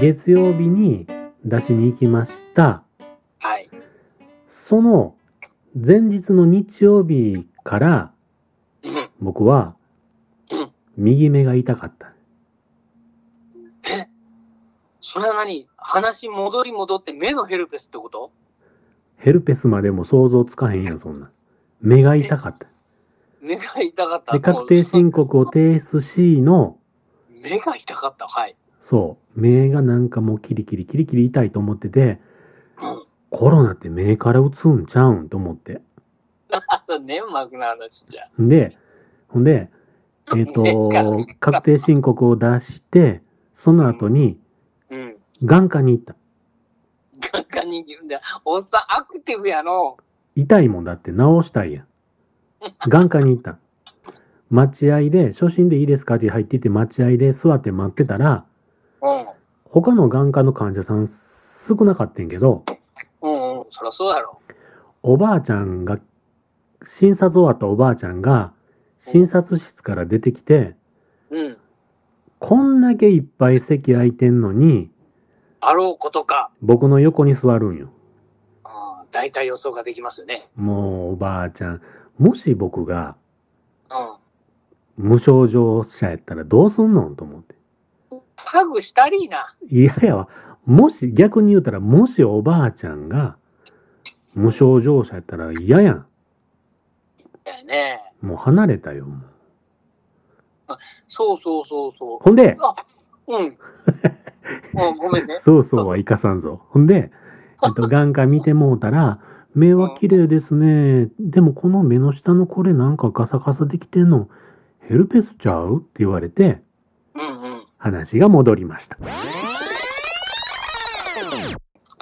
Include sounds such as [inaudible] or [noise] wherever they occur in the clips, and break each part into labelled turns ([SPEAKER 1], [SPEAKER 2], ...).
[SPEAKER 1] 月曜日に出しに行きました。
[SPEAKER 2] はい。
[SPEAKER 1] その前日の日曜日から
[SPEAKER 2] うん
[SPEAKER 1] 僕は
[SPEAKER 2] うん
[SPEAKER 1] 右目が痛かった。
[SPEAKER 2] えそれは何話戻り戻って目のヘルペスってこと
[SPEAKER 1] ヘルペスまでも想像つかへんやん、そんなん。目が痛かった。
[SPEAKER 2] 目が痛かった。
[SPEAKER 1] で、確定
[SPEAKER 2] も
[SPEAKER 1] 申告を提出しの、
[SPEAKER 2] う目が痛かった。はい。
[SPEAKER 1] そう、目がなんかもうキリキリキリキリ痛いと思ってて、
[SPEAKER 2] うん
[SPEAKER 1] コロナって目からうつんちゃうんと思って。
[SPEAKER 2] あ、そう、粘膜の話じゃ。
[SPEAKER 1] んで、ほんで、えっ、
[SPEAKER 2] 目から
[SPEAKER 1] と、確定申告を出して、その後に
[SPEAKER 2] うん。
[SPEAKER 1] 眼科に行った。
[SPEAKER 2] 眼科に行くんだ。おっさんアクティブやの。
[SPEAKER 1] 痛いもんだって治したいやん。眼科に行った。待合で、初診でいいですかって入っていって、待合で座って待ってたら、
[SPEAKER 2] うん。
[SPEAKER 1] 他の眼科の患者さん少なかったんやけど、
[SPEAKER 2] うんうん。そりゃそうやろ。
[SPEAKER 1] おばあちゃんが、診察終わったおばあちゃんが、診察室から出てきて、
[SPEAKER 2] うん。
[SPEAKER 1] こんだけいっぱい席空いてんのに、
[SPEAKER 2] あろうことか。
[SPEAKER 1] 僕の横に座るんよ。
[SPEAKER 2] あー大体予想ができますよね。
[SPEAKER 1] もうおばあちゃん、もし僕が
[SPEAKER 2] うん。
[SPEAKER 1] 無症状者やったらどうすんのんと思って。
[SPEAKER 2] ハグしたりーな。
[SPEAKER 1] いややわ。もし、逆に言うたら、もしおばあちゃんが無症状者やったら嫌やん。
[SPEAKER 2] だよね。
[SPEAKER 1] もう離れたよ。もう
[SPEAKER 2] そうそうそうそう。
[SPEAKER 1] ほんで、
[SPEAKER 2] あ、
[SPEAKER 1] [laughs]
[SPEAKER 2] うん。うんごめんね。
[SPEAKER 1] そうそうは生かさんぞ。ほんで、えっと、眼科見てもうたら、目は綺麗ですね。でもこの目の下のこれなんかガサガサできてんの、ヘルペスちゃうって言われて、
[SPEAKER 2] うんうん。
[SPEAKER 1] 話が戻りました。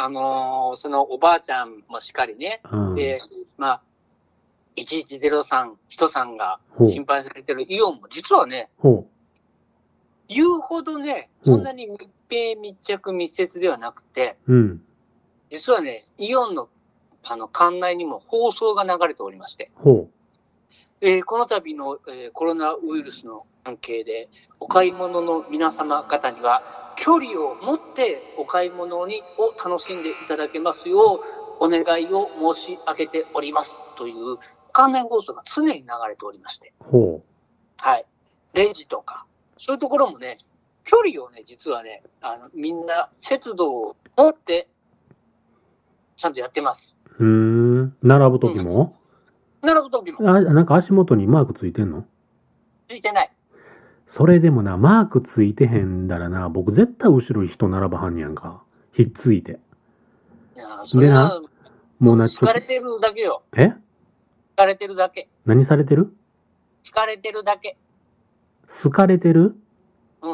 [SPEAKER 2] あのーそのおばあちゃんもしっかりね。
[SPEAKER 1] うん。
[SPEAKER 2] で、まあ、1103、人さんが
[SPEAKER 1] ほう、
[SPEAKER 2] 心配されてるイオンも、実はね、
[SPEAKER 1] ほ
[SPEAKER 2] 言うほどね、
[SPEAKER 1] うん
[SPEAKER 2] そんなに密閉密着密接ではなくて、
[SPEAKER 1] う。うん。
[SPEAKER 2] 実はね、イオンの、あの、館内にも放送が流れておりまして、
[SPEAKER 1] ほ
[SPEAKER 2] えーこの度の、えーコロナウイルスの関係で、お買い物の皆様方には、距離を持ってお買い物にを楽しんでいただけますよう、お願いを申し上げておりますという関連放送が常に流れておりまして、
[SPEAKER 1] う。ほ
[SPEAKER 2] はい。レジとか、そういうところもね、距離をね、実はね、あのみんな節度を持って、ちゃんとやってます。
[SPEAKER 1] う。うーん。並ぶときも、
[SPEAKER 2] 並ぶ時も
[SPEAKER 1] あ、なんか足元にマークついてんの
[SPEAKER 2] ついてない。
[SPEAKER 1] それでもな、マークついてへんだらな、僕絶対後ろに人並ばはんねやんか。ひっついて。
[SPEAKER 2] いやーそれは
[SPEAKER 1] もうな、ちょ
[SPEAKER 2] 疲
[SPEAKER 1] っ
[SPEAKER 2] れ
[SPEAKER 1] と、
[SPEAKER 2] てるだけよ。
[SPEAKER 1] え
[SPEAKER 2] 疲れてるだけ。
[SPEAKER 1] 何されてる
[SPEAKER 2] 疲れてるだけ。
[SPEAKER 1] 好かれてる
[SPEAKER 2] う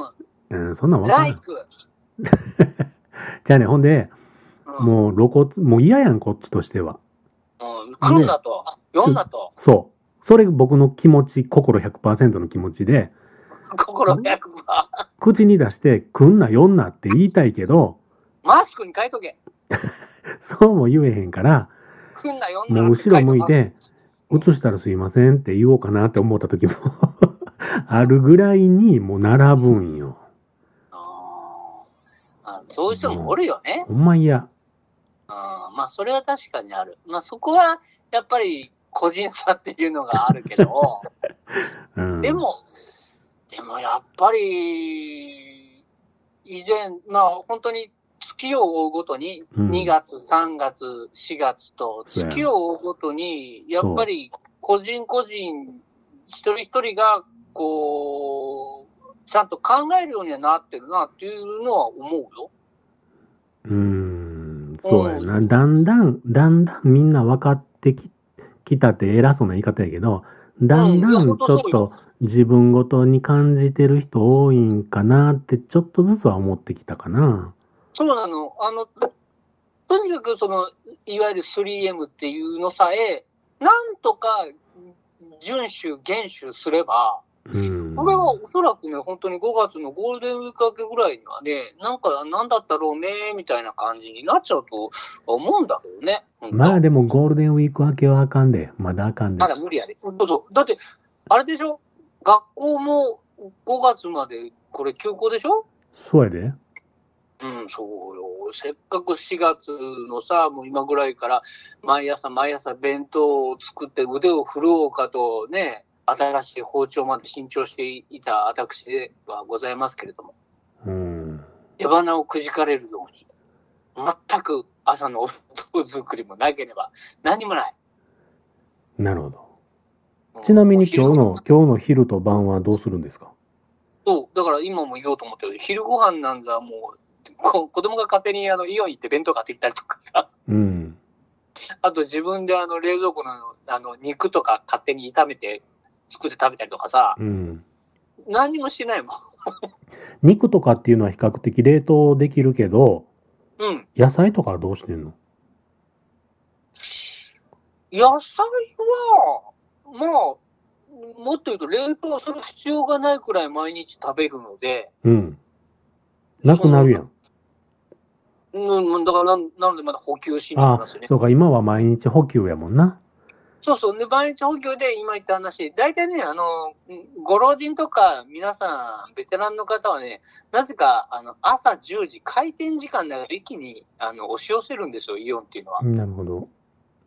[SPEAKER 1] うん、そんなん
[SPEAKER 2] ん。
[SPEAKER 1] わから
[SPEAKER 2] ライ
[SPEAKER 1] ん。
[SPEAKER 2] ク。
[SPEAKER 1] じゃあね、ほんで、
[SPEAKER 2] うん、
[SPEAKER 1] もう露骨、もう嫌やん、こっちとしては。
[SPEAKER 2] うん。来るなと。読んなと。
[SPEAKER 1] そう。それ僕の気持ち、心100%の気持ちで、
[SPEAKER 2] 心100%。
[SPEAKER 1] 口に出して、くんな、よんなって言いたいけど、
[SPEAKER 2] マスクに書いとけ。
[SPEAKER 1] そうも言えへんから、
[SPEAKER 2] 来んな、読んな。
[SPEAKER 1] もう後ろ向い。て、
[SPEAKER 2] うん
[SPEAKER 1] 映したらすいませんって言おうかなって思った時も、 [laughs] あるぐらいにもう並ぶんよ。
[SPEAKER 2] あーあそういう人もおるよね。
[SPEAKER 1] ほんま嫌。
[SPEAKER 2] あーまあ、それは確かにある。まあ、そこは、やっぱり、個人差っていうのがあるけど、
[SPEAKER 1] うん。
[SPEAKER 2] でも、でもやっぱり、以前、まあ、本当に月を追うごとに、
[SPEAKER 1] うん
[SPEAKER 2] 2月、3月、4月と、
[SPEAKER 1] そうや
[SPEAKER 2] 月を追うごとに、やっぱり、個人個人、一人一人が、こう、ちゃんと考えるようにはなってるなっていうのは思うよ。
[SPEAKER 1] うーん、そうやな。だんだん、だんだんみんな分かってききたって偉そうな言い方やけど、だんだん
[SPEAKER 2] うんいや
[SPEAKER 1] ちょ
[SPEAKER 2] 本
[SPEAKER 1] っ
[SPEAKER 2] 当そうよ
[SPEAKER 1] と自分ごとに感じてる人多いんかなって、ちょっとずつは思ってきたかな。
[SPEAKER 2] そうなの。あの、ととにかくその、いわゆる 3M っていうのさえ、なんとか、遵守、厳守すれば、
[SPEAKER 1] うん。
[SPEAKER 2] これはおそらくね、本当に5月のゴールデンウィーク明けぐらいにはね、なんか、なんだったろうね、みたいな感じになっちゃうと思うんだけどね。本当
[SPEAKER 1] まあでもゴールデンウィーク明けはあかんで、まだあかんで
[SPEAKER 2] ま。だ無理やで。そうそう。だって、あれでしょ学校も5月まで、これ休校でしょ
[SPEAKER 1] そうやで。
[SPEAKER 2] うん、そうよ。せっかく4月のさ、もう今ぐらいから、毎朝毎朝弁当を作って腕を振ろうかとね、新しい包丁まで新調していた私ではございますけれども、
[SPEAKER 1] うん。
[SPEAKER 2] 手花をくじかれるように、全く朝のお弁当作りもなければ、何もない。
[SPEAKER 1] なるほど。ちなみに今日の
[SPEAKER 2] お昼、
[SPEAKER 1] 今日の昼と晩はどうするんですか
[SPEAKER 2] そう、だから今も言おうと思ってる昼ご飯なんざもう、こ子供が勝手にあのイオン行って弁当買ってきたりとかさ、 [laughs]
[SPEAKER 1] うん。
[SPEAKER 2] あと自分であの冷蔵庫のあの肉とか勝手に炒めて作って食べたりとかさ、
[SPEAKER 1] うん。
[SPEAKER 2] 何にもしてないもん。
[SPEAKER 1] 肉とかっていうのは比較的冷凍できるけど、
[SPEAKER 2] うん。
[SPEAKER 1] 野菜とかはどうしてんの
[SPEAKER 2] 野菜は、まあ、もっと言うと冷凍する必要がないくらい毎日食べるので、
[SPEAKER 1] うん。なくなるやん。
[SPEAKER 2] うん、だからなんなのでまだ補給しに行き
[SPEAKER 1] あ
[SPEAKER 2] ますよね。
[SPEAKER 1] そうか、今は毎日補給やもんな。
[SPEAKER 2] そうそう。で、毎日補給で今言った話、大体ね、あの、ご老人とか皆さん、ベテランの方はね、なぜか、あの、朝10時、開店時間だから一気に、あの、押し寄せるんですよ、イオンっていうのは。
[SPEAKER 1] なるほど。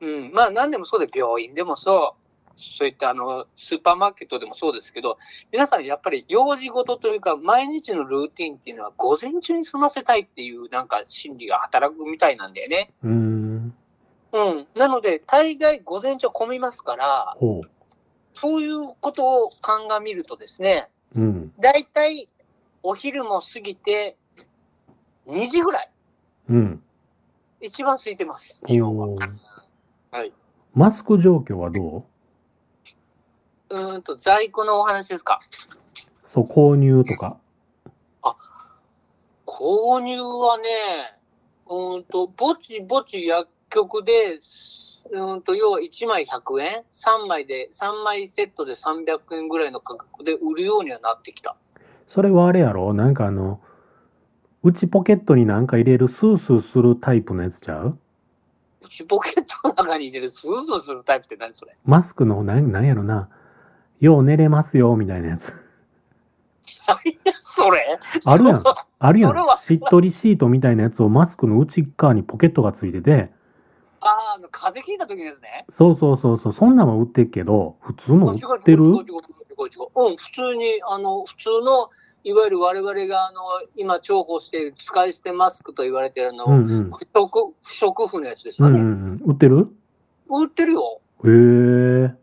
[SPEAKER 2] うん。まあ、何でもそうで、病院でもそう、そういった、あの、スーパーマーケットでもそうですけど、皆さんやっぱり用事ごとというか、毎日のルーティンっていうのは、午前中に済ませたいっていう、なんか、心理が働くみたいなんだよね。
[SPEAKER 1] うーん。
[SPEAKER 2] うん。なので、大概午前中は混みますから、
[SPEAKER 1] ほ
[SPEAKER 2] そういうことを鑑みるとですね、
[SPEAKER 1] う。うん。
[SPEAKER 2] 大体お昼も過ぎて2時ぐらい、
[SPEAKER 1] うん。
[SPEAKER 2] 一番空いてます。
[SPEAKER 1] おー
[SPEAKER 2] はい。
[SPEAKER 1] マスク状況はど
[SPEAKER 2] うーんと、在庫のお話ですか。
[SPEAKER 1] うそう、購入とか。
[SPEAKER 2] 購入はね、うーんと、ぼちぼち薬局で、うーんと、要は1枚100円 ?3 枚で、3枚セットで300円ぐらいの価格で売るようにはなってきた。
[SPEAKER 1] それはあれやろなんかあの、内ポケットになんか入れるスースーするタイプのやつちゃう
[SPEAKER 2] 内ポケットの中に入れるスースーするタイプって何それ
[SPEAKER 1] マスクの、なんなんやろな。よう寝れますよ、みたいなやつ。
[SPEAKER 2] [laughs] 何やそれ
[SPEAKER 1] あ
[SPEAKER 2] [laughs]
[SPEAKER 1] るやん。あるやん
[SPEAKER 2] それは。
[SPEAKER 1] しっとりシートみたいなやつをマスクの内側にポケットがついてて、
[SPEAKER 2] あーあの、風邪ひいた時ですね。
[SPEAKER 1] そうそうそうそう、そんなんは売ってっけど、普通の売ってる
[SPEAKER 2] 違う違う違う違う違う違ううん、普通に、あの、普通の、いわゆる我々が、あの、今重宝している、使い捨てマスクと言われているあの、
[SPEAKER 1] うんうん。
[SPEAKER 2] 不織不織布のやつです
[SPEAKER 1] う
[SPEAKER 2] よ
[SPEAKER 1] んう
[SPEAKER 2] ね。
[SPEAKER 1] んうん。売ってる
[SPEAKER 2] 売ってるよ。
[SPEAKER 1] へ
[SPEAKER 2] うん、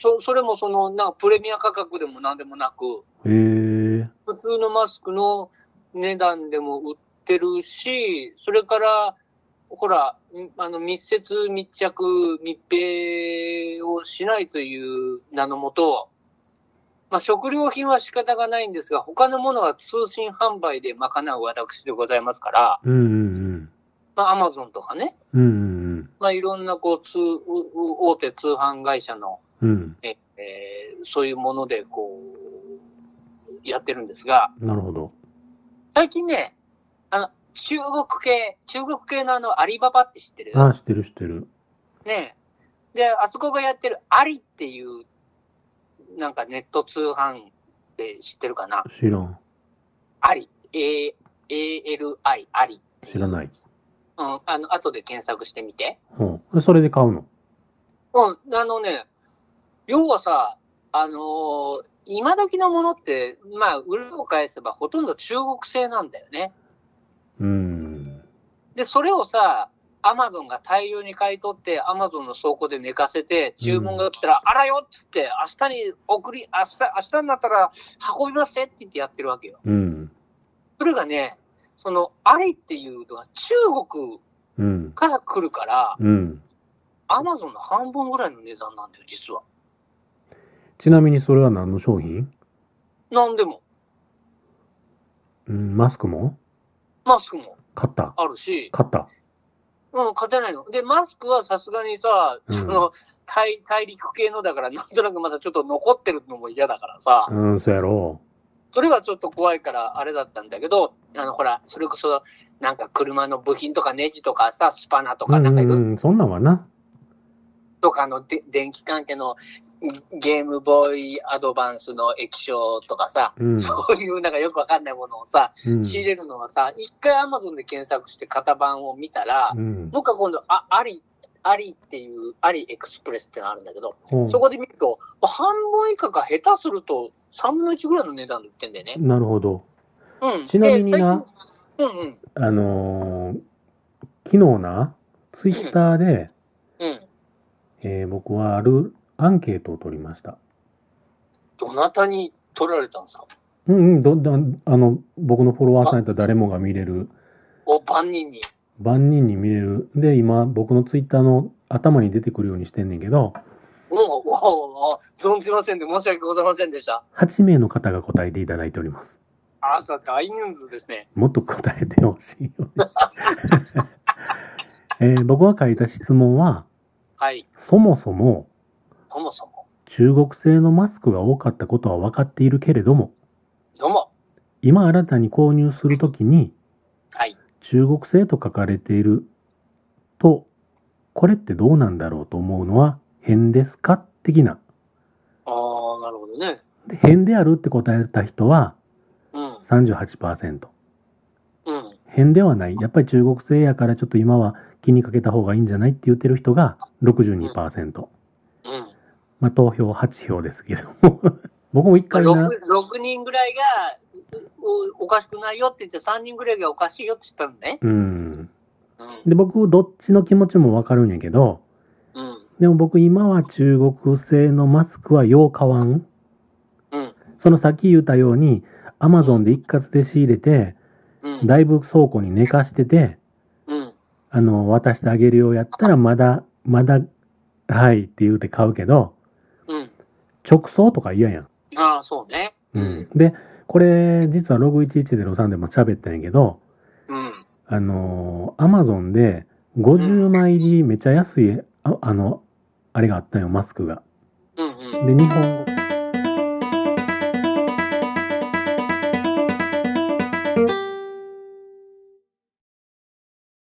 [SPEAKER 2] そ、それもその、なんかプレミア価格でもなんでもなく、
[SPEAKER 1] え。へえ。
[SPEAKER 2] 普通のマスクの値段でも売ってるし、それから、ほら、んあの密接、密着、密閉をしないという名のもと、まあ、食料品は仕方がないんですが、他のものは通信販売で賄う私でございますから、
[SPEAKER 1] うんうん
[SPEAKER 2] まあ、アマゾンとかね、
[SPEAKER 1] うん。うんうん
[SPEAKER 2] まあ、いろんなこう通うう大手通販会社の、
[SPEAKER 1] うん。
[SPEAKER 2] ええーそういうものでこう、やってるんですが、
[SPEAKER 1] うん。なるほど。
[SPEAKER 2] 最近ね、あの、中国系、中国系のあの、アリババって知ってる
[SPEAKER 1] ああ、知ってる知ってる。
[SPEAKER 2] ねえで、あそこがやってるアリっていう、なんかネット通販で知ってるかな
[SPEAKER 1] 知らん。
[SPEAKER 2] アリ。A、A-L-I、アリ。
[SPEAKER 1] 知らない。
[SPEAKER 2] うん、あの、後で検索してみて。
[SPEAKER 1] ほう。それで買うの。
[SPEAKER 2] うん、あのね、要はさ、あのー今時のものって、まあ、裏を返せばほとんど中国製なんだよね。
[SPEAKER 1] うん。
[SPEAKER 2] で、それをさ、アマゾンが大量に買い取って、アマゾンの倉庫で寝かせて、注文が来たら、あらよって言って、明日に送り、明日、明日になったら運び出せって言ってやってるわけよ。
[SPEAKER 1] うん。
[SPEAKER 2] それがね、その、あれっていうのは中国
[SPEAKER 1] うん。
[SPEAKER 2] から来るから、
[SPEAKER 1] うん。
[SPEAKER 2] アマゾンの半分ぐらいの値段なんだよ、実は。
[SPEAKER 1] ちなみにそれは何の商品
[SPEAKER 2] なんでも、
[SPEAKER 1] うん、マスクも
[SPEAKER 2] マスクも
[SPEAKER 1] 買った。
[SPEAKER 2] あるし、
[SPEAKER 1] 買った。
[SPEAKER 2] うん、勝てないの。で、マスクはさすがにさ、
[SPEAKER 1] うん
[SPEAKER 2] その、大、大陸系のだから、なんとなくまだちょっと残ってるのも嫌だからさ、
[SPEAKER 1] うん、そうやろ
[SPEAKER 2] それはちょっと怖いから、あれだったんだけど、あの、ほら、それこそ、なんか車の部品とかネジとかさ、スパナと
[SPEAKER 1] う。う
[SPEAKER 2] か、なん
[SPEAKER 1] ん
[SPEAKER 2] かいうろいろ
[SPEAKER 1] んうん。そんなんはな。
[SPEAKER 2] とかので電気関係のゲームボーイアドバンスの液晶とかさ、
[SPEAKER 1] うん。
[SPEAKER 2] そういうなんかよくわかんないものをさ、
[SPEAKER 1] うん。
[SPEAKER 2] 仕入れるのはさ、一回アマゾンで検索して型番を見たら、
[SPEAKER 1] うん。
[SPEAKER 2] 僕は今度、あ、アリ、アリっていう、アリエクスプレスってのがあるんだけど、
[SPEAKER 1] ほう
[SPEAKER 2] そこで見ると、半分以下か下手すると3分の1ぐらいの値段で売ってんだよね。
[SPEAKER 1] なるほど。
[SPEAKER 2] うん。
[SPEAKER 1] ちなみに
[SPEAKER 2] で
[SPEAKER 1] な。
[SPEAKER 2] 最近うんうん。
[SPEAKER 1] あのー昨日な、ツイッターで、
[SPEAKER 2] うん。
[SPEAKER 1] えー僕はあるアンケートを取りました。
[SPEAKER 2] どなたに取られたんですか
[SPEAKER 1] うんうん、ど、ど、あの、僕のフォロワーさんやったら誰もが見れる、
[SPEAKER 2] お、万人に。
[SPEAKER 1] 万人に見れる。で、今、僕のツイッターの頭に出てくるようにしてんねんけど、
[SPEAKER 2] おおおお存じませんで申し訳ございませんでした。
[SPEAKER 1] 8名の方が答えていただいております。
[SPEAKER 2] 朝大人数ですね。
[SPEAKER 1] もっと答えてほしいよね。 [laughs] えー僕が書いた質問は、
[SPEAKER 2] はい。
[SPEAKER 1] そもそも
[SPEAKER 2] そもそも。
[SPEAKER 1] 中国製のマスクが多かったことは分かっているけれども、
[SPEAKER 2] どうも。
[SPEAKER 1] 今新たに購入するときに
[SPEAKER 2] はい。
[SPEAKER 1] 中国製と書かれていると、これってどうなんだろうと思うのは変ですか的な。
[SPEAKER 2] ああ、なるほどね。
[SPEAKER 1] で変であるって答えた人は
[SPEAKER 2] うん。
[SPEAKER 1] 38%。
[SPEAKER 2] うん。
[SPEAKER 1] 変ではない。やっぱり中国製やからちょっと今は気にかけた方がいいんじゃないって言ってる人が62%。
[SPEAKER 2] うん。
[SPEAKER 1] まあ投票8票ですけども。 [laughs] 僕も一回な、
[SPEAKER 2] 6, 6人ぐらいがうおおかしくないよって言って、3人ぐらいがおかしいよって言ったのね。
[SPEAKER 1] うん。
[SPEAKER 2] うん。
[SPEAKER 1] で、僕どっちの気持ちもわかるんやけど、
[SPEAKER 2] うん。
[SPEAKER 1] でも僕今は中国製のマスクはよう買わん。
[SPEAKER 2] うん。
[SPEAKER 1] そのさっき言ったように、アマゾンで一括で仕入れて、
[SPEAKER 2] うん。
[SPEAKER 1] だいぶ倉庫に寝かしてて、
[SPEAKER 2] うん。
[SPEAKER 1] あの、渡してあげるようやったら、まだ、まだ、はいって言うて買うけど、
[SPEAKER 2] うん。
[SPEAKER 1] 直送とか嫌やん。
[SPEAKER 2] ああ、そうね。
[SPEAKER 1] うん。。で、これ、実はログ1103でも喋ったんやけど、
[SPEAKER 2] うん。
[SPEAKER 1] あのー、アマゾンで50枚入りめっちゃ安い、ああの、あれがあったんよ、マスクが。
[SPEAKER 2] うん。うん。
[SPEAKER 1] で、日本、